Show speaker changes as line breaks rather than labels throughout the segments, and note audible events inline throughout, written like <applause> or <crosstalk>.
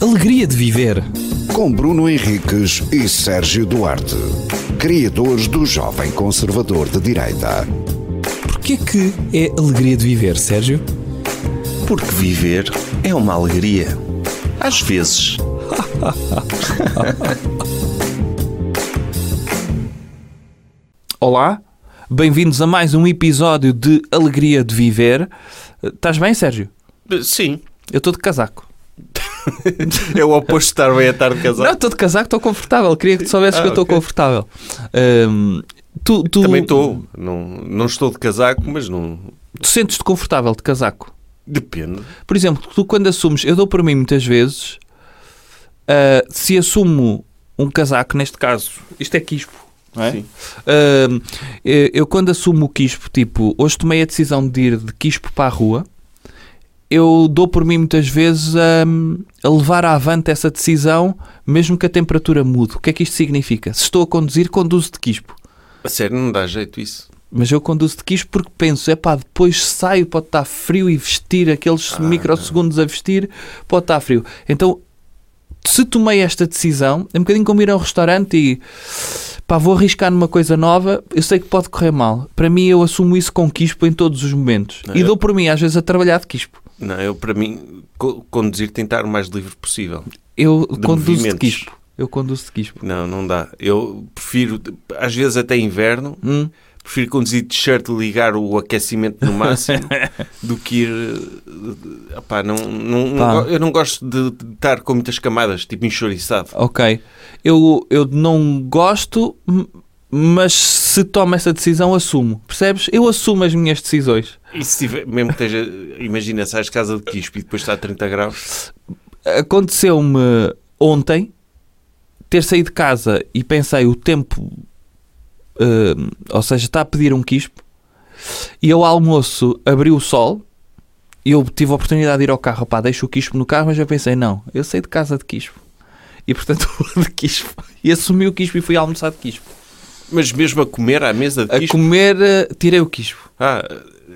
alegria de viver.
Com Bruno Henriques e Sérgio Duarte, criadores do Jovem Conservador de Direita.
Porquê que é alegria de viver, Sérgio?
Porque viver é uma alegria. Às vezes.
Olá, bem-vindos a mais um episódio de Alegria de Viver. Eh, Estás bem, Sérgio?
Sim.
Eu estou de casaco.
É o oposto de estar bem à tarde casado.
Não, estou de casaco, estou confortável. Queria que tu soubesses
Ah,
que eu estou
ok.
confortável. Ahm, tu, tu,
Também estou. Não, não estou de casaco, mas não.
Tu sentes-te confortável de casaco?
Depende.
Por exemplo, tu quando assumes, eu dou por mim muitas vezes, ah, se assumo um casaco, neste caso, isto é quispo, não é?
Sim.
Ahm, eh, eu quando assumo o quispo, tipo, hoje tomei a decisão de ir de quispo para a rua, eu dou por mim muitas vezes ahm, a levar à avante essa decisão, mesmo que a temperatura mude. O que é que isto significa? Se estou a conduzir, conduzo de quispo.
A sério, não dá jeito isso.
Mas eu conduzo de quispo porque penso, é pá, depois saio, pode estar frio e vestir aqueles
Ah,
microsegundos a vestir, pode estar frio. Então, se tomei esta decisão, é um bocadinho como ir a um restaurante e pá, vou arriscar numa coisa nova, eu sei que pode correr mal. Para mim, eu assumo isso com quispo em todos os momentos. E
É.
dou por mim, às vezes, a trabalhar de quispo.
Não, eu para mim, co- conduzir, tentar o mais livre possível.
Eu
De
conduzo de
movimentos.
quispo. Eu conduzo de quispo.
Não, não dá. Eu prefiro, às vezes até inverno,
Hum.
prefiro conduzir de shirt ligar o aquecimento no <laughs> máximo do que ir. eh, Opá, não, não, não
Pá.
go- eu não gosto de, de estar com muitas camadas, tipo enxoriçado.
Ok. Eu, eu não gosto, m- mas se tomo essa decisão, assumo. Percebes? Eu assumo as minhas decisões.
E se tiver, mesmo que esteja, imagina, sais de casa de quispo e depois está a 30 graus,
Aconteceu-me ontem ter saído de casa e pensei o tempo, hum, ou seja, está a pedir um quispo, e ao almoço abri o sol. e Eu tive a oportunidade de ir ao carro, pá, deixo o quispo no carro, mas eu pensei, não, eu saí de casa de quispo. E portanto, <laughs> vou de quispo. E assumi o quispo e fui almoçar de quispo.
mas mesmo a comer à mesa de
A
quispo,
comer, eh, tirei o quispo.
ah,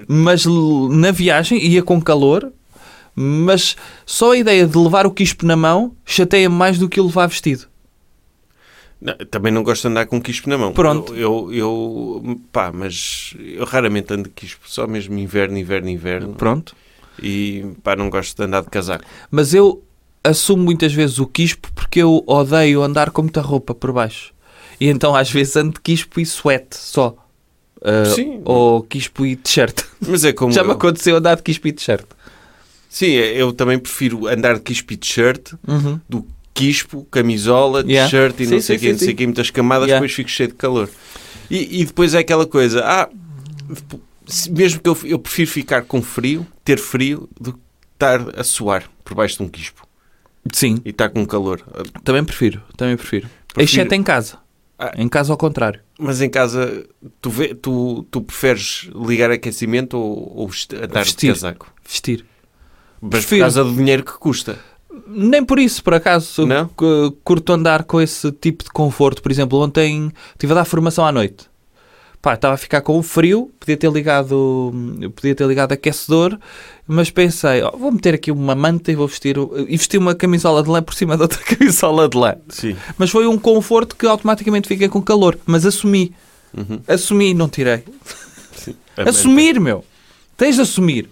mas l- na viagem ia com calor, mas só a ideia de levar o quispo na mão chateia mais do que o levar vestido.
não, também não gosto de andar com quispo na mão.
Pronto.
Eu, eu, eu- pá, mas eu raramente ando de quispo, só mesmo inverno, inverno, inverno.
Pronto.
E pá, não gosto de andar de casaco.
Mas eu assumo muitas vezes o quispo porque eu odeio andar com muita roupa por baixo. E então às vezes ando de quispo e suete só. Ah,
Sim.
Ou quispo e t-shirt.
Mas é como.
Já me
eu.
aconteceu andar de quispo e t-shirt.
Sim, é, eu também prefiro andar de quispo e t-shirt
Uhum.
do que quispo, camisola,
Yeah.
t-shirt e
Sim,
não
sim,
sei o
sim,
quê, não sei
sim.
o quê, muitas camadas,
Yeah.
depois fico cheio de calor. E, e depois é aquela coisa, ah, se- mesmo que eu, eu prefiro ficar com frio, ter frio, do que estar a suar por baixo de um quispo
Sim,
e estar com calor.
também prefiro, também prefiro.
Prefiro-
Exceto em casa.
Ah.
Em casa ao contrário.
Mas em casa, tu, vê, tu, tu preferes ligar aquecimento ou, ou vest- andar
Vestir.
de casaco?
Vestir.
Mas
Prefiro.
por causa do dinheiro que custa.
Nem por isso, por acaso,
Não?
cu- curto andar com esse tipo de conforto. Por exemplo, ontem estive a dar formação à noite. Pá, estava a ficar com frio, podia ter ligado, podia ter ligado aquecedor, mas pensei, ó, vou meter aqui uma manta e vou vestir, o- e vesti uma camisola de lã por cima de outra <laughs> camisola de lã.
Sim.
Mas foi um conforto que automaticamente fiquei com calor, mas assumi. Assumi, não tirei.
É
Assumir, meu. Tens de assumir.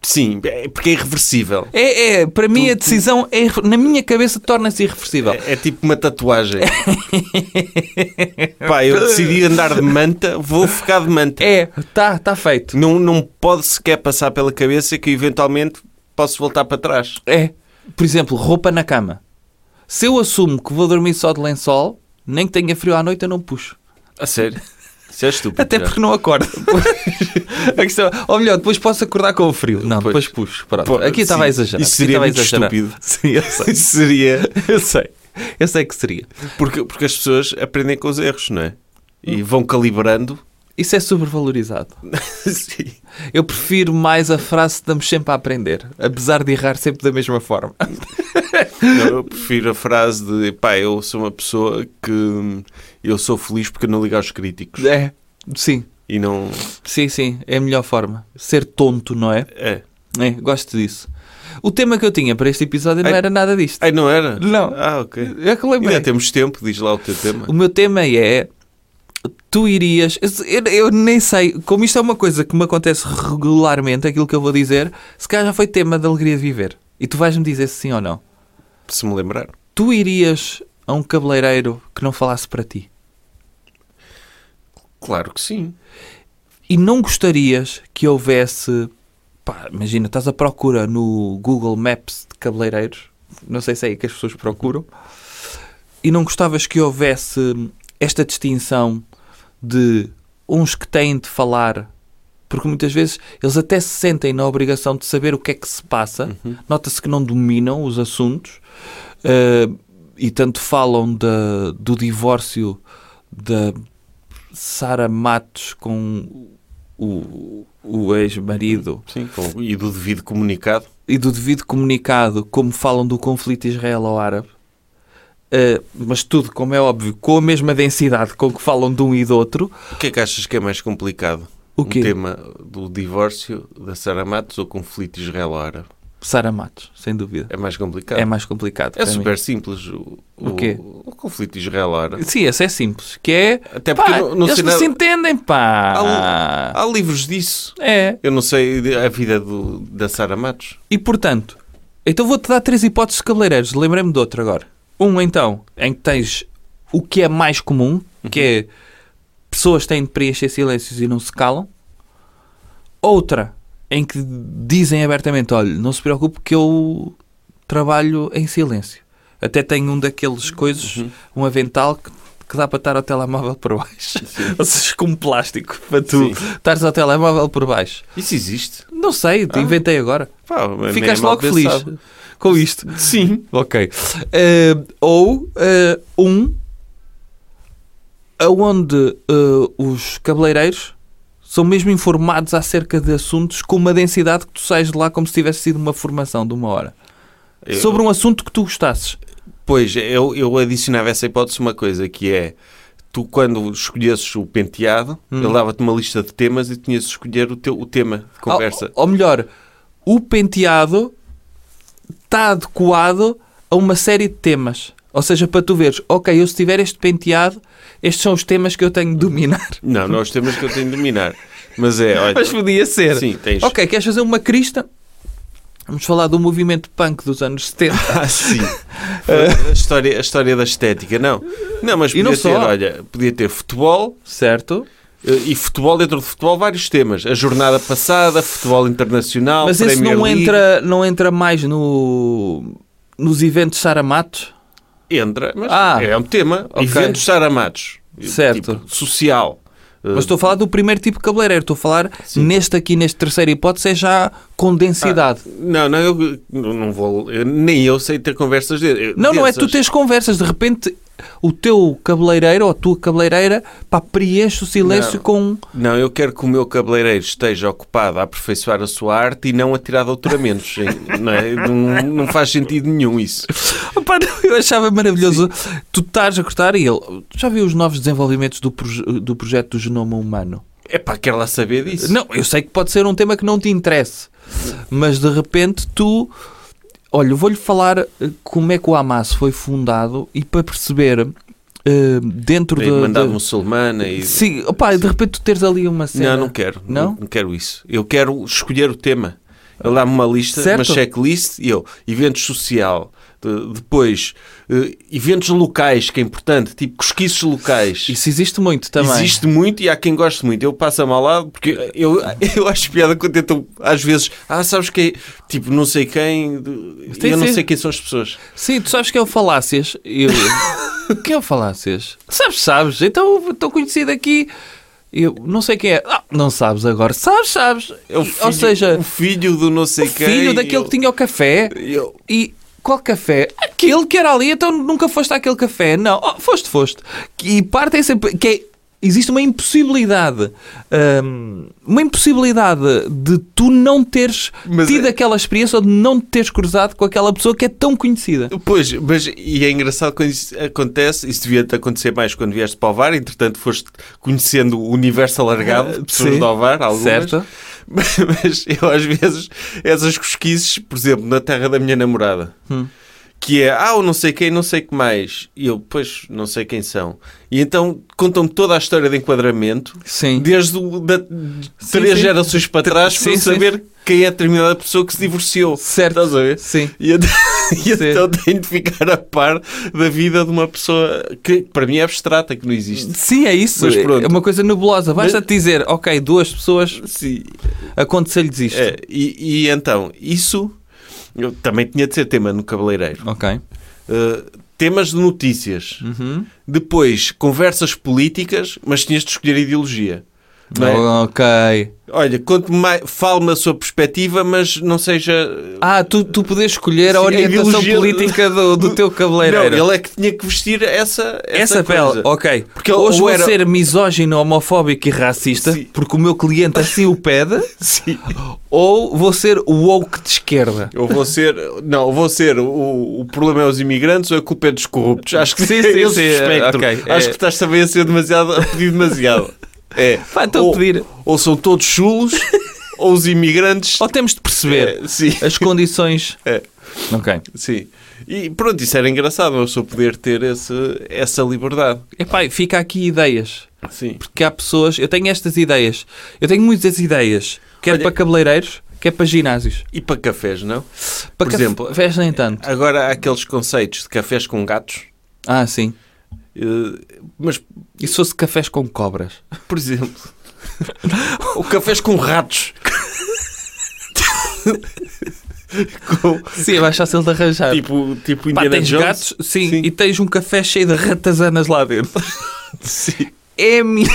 Sim, é- porque é irreversível.
É, é, para mim a decisão é irre- na minha cabeça torna-se irreversível.
É, é tipo uma <laughs> tatuagem. Pá, eu decidi andar de manta, vou ficar de manta.
É, tá, tá feito.
Não, não pode sequer passar pela cabeça que eventualmente posso voltar para trás.
É. Por exemplo, roupa na cama. Se eu assumo que vou dormir só de lençol, nem que tenha frio à noite, eu não puxo.
A sério. Isso é estúpido.
Até
já.
porque não <laughs> acordo. a questão, é, ou melhor, depois posso acordar com o frio. Não,
Pois.
depois puxo. Pronto.
Pô,
Aqui estava
sim,
a exagerar.
isso
Aqui
seria
estava a
muito
exagerar.
estúpido.
<laughs> Sim, eu sei.
Isso seria.
Eu sei. Eu sei que seria.
Porque, porque as pessoas aprendem com os erros, não é? E vão calibrando.
Isso é sobrevalorizado.
<laughs> Sim.
Eu prefiro mais a frase estamos sempre a aprender, apesar de errar sempre da mesma forma.
Não, eu prefiro a frase de pá, eu sou uma pessoa que hum, eu sou feliz porque não ligo aos críticos.
É, sim,
E não.
sim, sim, é a melhor forma. Ser tonto, não é?
É.
É, gosto disso. O tema que eu tinha para este episódio não
Ai.
era nada disto.
Ai, não era?
Não.
Ah, ok.
É que lembrei.
Ainda temos tempo, diz lá o teu tema.
O meu tema é. Tu irias. Eu, eu nem sei. Como isto é uma coisa que me acontece regularmente, aquilo que eu vou dizer, se calhar já foi tema da alegria de viver. E tu vais-me dizer se sim ou não.
Se me lembrar.
Tu irias a um cabeleireiro que não falasse para ti.
Claro que sim.
E não gostarias que houvesse. Pá, imagina, estás à procura no Google Maps de cabeleireiros. Não sei se é aí que as pessoas procuram. E não gostavas que houvesse esta distinção de uns que têm de falar. Porque muitas vezes eles até se sentem na obrigação de saber o que é que se passa. Nota-se que não dominam os assuntos. eh, e tanto falam da- do divórcio da Sara Matos com o, o ex-marido
Sim, com- e do devido comunicado.
e do devido comunicado, como falam do conflito israelo-árabe, eh, mas tudo, como é óbvio, com a mesma densidade com que falam de um e do outro,
O que é que achas que é mais complicado?
O
O
quê?
tema do divórcio da Sara Matos ou conflito israelo-árabe?
Sara Matos, sem dúvida.
É mais complicado.
É mais complicado.
É
para mim.
super simples o,
O quê?
o conflito israelo-árabe.
Sim, esse é simples. Que é.
Até porque
pá,
não- não
eles
sei
não
nada-
se entendem, pá.
Há livros disso.
É.
Eu não sei de- a vida do- da Sara Matos.
E portanto, então vou-te dar três hipóteses de cabeleireiros. Lembrei-me de outro agora. Um, então, em que tens o que é mais comum, que é pessoas têm de preencher silêncios e não se calam. Outra, em que dizem abertamente: olha, não se preocupe que eu trabalho em silêncio. Até tenho um daqueles coisas, um avental que, que dá para estar ao telemóvel por baixo. <laughs> Ou seja, com plástico para tu estares ao telemóvel por baixo.
Isso existe.
Não sei, te inventei agora.
Pá, nem
Ficaste
é mal
logo feliz
pensado.
com isto.
Sim.
Ok. Eh, ou eh, um aonde eh, os cabeleireiros são mesmo informados acerca de assuntos com uma densidade que tu sais de lá como se tivesse sido uma formação de uma hora.
Eu-
Sobre um assunto que tu gostasses.
Pois, eu, eu adicionava essa hipótese uma coisa, que é... Tu, quando escolhesses o penteado,
Hum.
ele dava-te uma lista de temas e tinhas de escolher o, teu, o tema
Oh.
de conversa.
Ou, ou melhor, o penteado está adequado a uma série de temas. Ou seja, para tu veres, ok, eu se tiver este penteado, estes são os temas que eu tenho de dominar.
Não, não é os temas que eu tenho de dominar. Mas é, olha...
Mas podia ser.
Sim, tens.
Ok, queres fazer uma crista? Vamos falar do movimento punk dos anos
<laughs>
70.
<laughs>
<laughs>
Ah, sim. Foi a, história, a história da estética, não. Não, mas
É. E
podia
não
ter,
só.
olha, podia ter futebol
certo?
eh, e futebol dentro de futebol vários temas. A jornada passada, futebol internacional,
Mas esse
Premier
não
League.
entra, não entra mais no, nos eventos Saramatos?
Entra, mas
Ah,
é um tema.
ok.
Eventos saramados.
Certo.
Tipo, social. Eh,
Mas estou a falar do primeiro tipo de cabeleireiro. Estou a falar neste aqui, neste terceiro hipótese, é já com densidade.
Não, não, eu não não vou... eu- nem eu sei ter conversas dele.
não, não é tu tens conversas. De repente, o teu cabeleireiro ou a tua cabeleireira pá, preenche o silêncio
Não.
com...
Não, eu quero que o meu cabeleireiro esteja ocupado a aperfeiçoar a sua arte e não a tirar doutoramentos. <laughs> hein? não, é? não, não faz sentido nenhum isso.
Opa, não, eu achava maravilhoso. Tu estás a cortar e ele. Já viu os novos desenvolvimentos do, proje- do projeto do genoma humano?
É pá, quero lá saber disso.
Não, eu sei que pode ser um tema que não te interesse, mas de repente tu. Olha, eu vou-lhe falar eh, como é que o Hamas foi fundado e para perceber eh, dentro
E
da.
mandado
da-
muçulmana e.
Sim, opa, de repente tu teres ali uma cena.
um Não, não quero.
Não?
Não? não quero isso. Eu quero escolher o tema. Ele dá-me uma lista, uma
Certo.
checklist e eu, eventos social. de- Depois, eh, eventos locais, que é importante, tipo cosquices locais.
Isso existe muito também.
Existe muito e há quem goste muito. Eu passo-me ao lado porque eu, <laughs> eu acho piada quando tentam, às vezes, ah, sabes quem? Tipo, não sei quem. de-
tem que
Eu não
ser.
sei quem são as pessoas.
Sim, tu sabes que é o Falácias. Eu...
<laughs>
quem é o Falácias? Sabes, sabes. Então estou conhecido aqui. Eu não sei quem é. Ah, não sabes agora. Sabes, sabes.
É o
E-
filho,
Ou seja,
o filho do não sei quem.
filho daquele
eu-
que tinha o café.
eu-
E qual café? Aquele que era ali. Então nunca foste àquele café. Não. Oh, foste, foste. E partem sempre... Que é- Existe uma impossibilidade, hum, uma impossibilidade de tu não teres
Mas
tido
é-
aquela experiência ou de não te teres cruzado com aquela pessoa que é tão conhecida.
Pois, mas e é engraçado quando isso acontece, isso devia te acontecer mais quando vieste para o VAR, entretanto foste conhecendo o universo alargado de pessoas
Sim.
do VAR, algumas.
Certo.
Mas eu às vezes, essas cosquices, por exemplo, na terra da minha namorada,
Hum.
que é, ah, eu não sei quem, não sei que mais. E eu, pois, não sei quem são. E então contam-me toda a história de enquadramento,
Sim.
desde o, da, de três
sim.
gerações para trás,
sim,
para
sim.
saber quem é a determinada pessoa que se divorciou.
Certo.
Estás a ver?
Sim.
E então, <laughs> e
Sim.
<laughs> então tenho de ficar a par da vida de uma pessoa que para mim é abstrata, que não existe.
Sim, é isso.
Mas pronto.
É uma coisa nebulosa. Basta-te dizer, ok, duas pessoas,
Sim.
aconteceu-lhes isto.
É, e, e então, isso eu também tinha de ser tema no cabeleireiro.
Ok.
Uh, temas de notícias.
Uhum.
Depois, conversas políticas, mas tinhas de escolher ideologia. Não é?
Ok.
Olha, conte-me mais, fale-me a sua perspectiva, mas não seja.
Ah, tu, tu podes escolher a
Sim, a
orientação
ideologia-
política do, do teu cabeleireiro.
Não, ele é que tinha que vestir essa, essa,
Essa pele,
coisa.
ok.
Porque ele-
Hoje
ou
vou
era-
ser misógino, homofóbico e racista,
Sim.
porque o meu cliente assim o pede,
<laughs> Sim.
ou vou ser woke de esquerda.
Eu vou ser. Não, eu vou ser. O, o problema é os imigrantes ou a culpa é dos corruptos. Acho que
Sim,
sim,
sim,
<laughs> esse
sim,
espectro.
ok, é.
Acho que estás também a ser demasiado. a pedir demasiado. É.
Pá, então
ou,
pedir.
ou são
<laughs>
todos chulos, ou os imigrantes.
Ou temos de perceber
É, sim,
as condições.
É.
Ok.
sim. E pronto, isso era engraçado, eu só poder ter esse, essa liberdade.
Epá, e fica aqui ideias.
Sim.
Porque há pessoas. Eu tenho estas ideias. Eu tenho muitas ideias. Quer
Olha-
para cabeleireiros, quer para ginásios.
E para cafés, não?
Para
Por
cafe-
exemplo-
Fez nem tanto.
Agora há aqueles conceitos de cafés com gatos.
Ah, sim.
eh, Mas,
E se fosse cafés com
<laughs>
cobras? <laughs>
por exemplo, ou cafés com ratos. com,
Sim, é mais fácil de arranjar.
tipo, tipo
Pá,
Indiana
tens
Jones.
gatos, sim,
Sim.
e tens um café cheio de ratazanas lá dentro.
<laughs> Sim.
É, a
<laughs>
minha-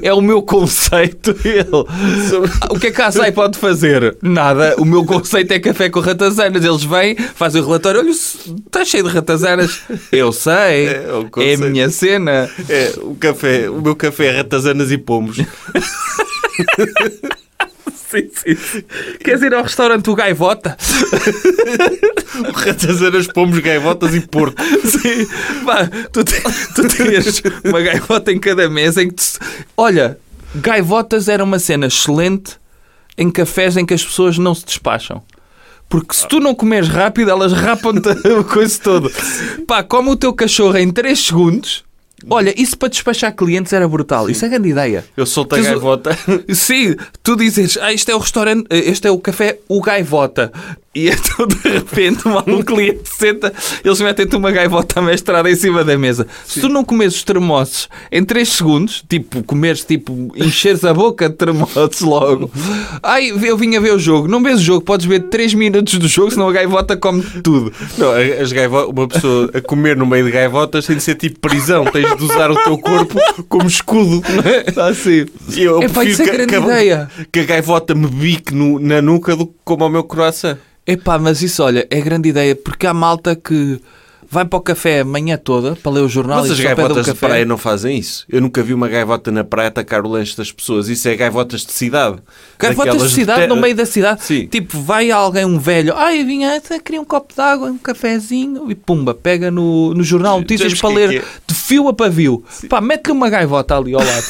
é o meu conceito. Ele.
Sobre-
O que é que a ASAI pode fazer? Nada. O meu conceito é café com ratazanas. Eles vêm, fazem o relatório. Olha, está cheio de ratazanas. Eu sei.
É, é o
É a
conceito.
minha cena.
É, o café, o meu café é ratazanas e pomos. <laughs>
<laughs> Sim, sim. Queres ir ao restaurante o Gaivota?
ratazanas, pomos, gaivotas e porco.
<laughs> Sim. Pá, tu, te, tu tinhas uma gaivota em cada mesa em que tu... Olha, gaivotas era uma cena excelente em cafés em que as pessoas não se despacham. Porque se tu não comeres rápido, elas rapam-te <laughs> o coisa todo. Pá, come o teu cachorro em 3 segundos. Olha, isso para despachar clientes era brutal. Isso é grande ideia.
Eu solto a
Tu-
gaivota. <laughs>
Sim, tu dizes, ah, este é o restaurante, este é o café, o gaivota. E então, de repente, mal um cliente senta, eles metem-te uma gaivota amestrada em cima da mesa. Se tu não comes os termossos em 3 segundos, tipo, comeres, tipo, encheres a boca de termossos logo. Ai, eu vim a ver o jogo. Não vês o jogo, podes ver 3 minutos do jogo, senão a gaivota come tudo.
Não, a- as gaivo- uma pessoa a comer no meio de gaivotas tem de ser tipo prisão, tens de usar o teu corpo como escudo.
Está assim.
E Eu
É pá, isso é grande
a-
ideia.
que a gaivota me bique no- na nuca do que como ao meu croissant.
Epá, mas isso, olha, é grande ideia, porque há malta que vai para o café a manhã toda para ler o jornal
Mas
e
as
só pede um
gaivotas de
café.
praia não fazem isso. Eu nunca vi uma gaivota na praia atacar o lanche das pessoas. Isso é gaivotas de cidade.
Gaivotas de
Daquelas
cidade,
terra.
no meio da cidade.
Sim.
Tipo, vai alguém, um velho, ai, vinha, até queria um copo de água, um cafezinho, e pumba, pega no, no jornal notícias
Sabes
para
que é
ler
que
de fio a pavio. Pá, mete-lhe uma gaivota ali ao
<laughs>
lado.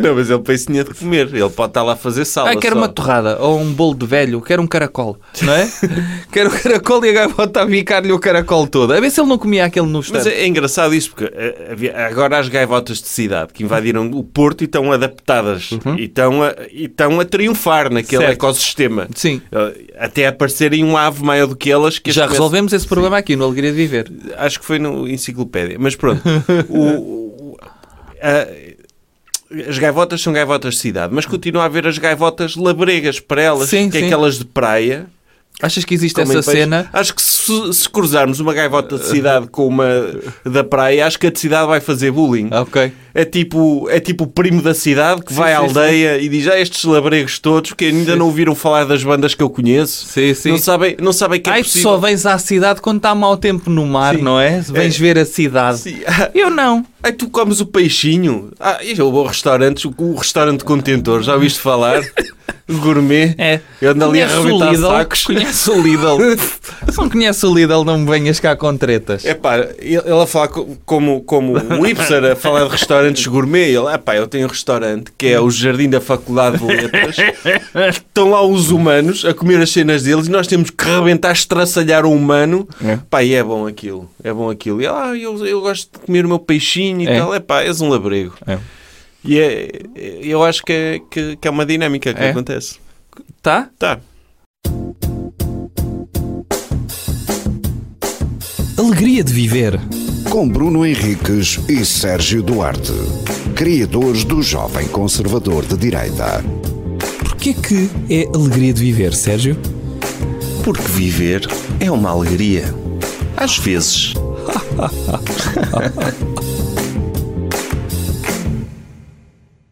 Não, mas ele pensa tinha de comer. Ele pode estar lá a fazer sala.
ai, quero
só.
Ah, uma torrada, ou um bolo de velho, quero um caracol, não
<laughs>
é? quero um caracol e a gaivota a bicar-lhe o caracol todo. A ver se ele não comia aquele no
Mas
instante.
é, é engraçado isso, porque eh, havia- agora há as gaivotas de cidade que invadiram o Porto e estão adaptadas e, estão a, e estão a triunfar naquele
Uhum. Certo.
ecossistema.
Sim.
Eh, Até aparecerem um ave maior do que elas que as
Já
começa-
resolvemos esse problema aqui no Alegria de Viver.
Acho que foi no enciclopédia. Mas pronto.
<laughs>
o- o- a- as gaivotas são gaivotas de cidade, mas continua a haver as gaivotas labregas para elas,
Sim,
que é
sim.
aquelas de praia.
Achas que existe
comem
essa
peixe.
cena?
Acho que se, se cruzarmos uma gaivota de cidade com uma da praia, acho que a de cidade vai fazer bullying.
Ah, ok.
É tipo, é tipo o primo da cidade que vai à
sim,
aldeia e diz: Ah, estes labregos todos que ainda não ouviram falar das bandas que eu conheço.
Sim, sim.
Não sabem, não sabem que é
Ai, tu
possível.
só vens à cidade quando está mau tempo no mar,
Sim.
não é? Vens
É.
ver a cidade. <laughs>
Sim.
Eu não.
Ai, tu comes o peixinho. Ah, e eu vou a restaurantes, o- o restaurante contentor, já ouviste falar? Gourmet.
É.
Eu ando ali a
Conhece o
arrebentar
Lidl?
sacos. <laughs>
Conhece o Lidl. Se não conhece tivesse o Lidl, não me venhas cá com tretas.
É pá, ele ele a falar co- como, como o Ipser a falar de restaurantes gourmet, ele, é pá, eu tenho um restaurante que é o Jardim da Faculdade de Letras, estão lá os humanos a comer as cenas deles e nós temos que rebentar, estraçalhar o humano,
É.
pá, e é bom aquilo, é bom aquilo. E ele, ah, eu, eu gosto de comer o meu peixinho e
É.
tal, é pá, és um labrego.
É.
E é, é- eu acho que é, que, que é uma dinâmica que
É.
acontece.
Tá?
Tá.
Alegria de viver.
Com Bruno Henriques e Sérgio Duarte, criadores do Jovem Conservador de Direita.
Porquê que é alegria de viver, Sérgio?
Porque viver é uma alegria. Às vezes.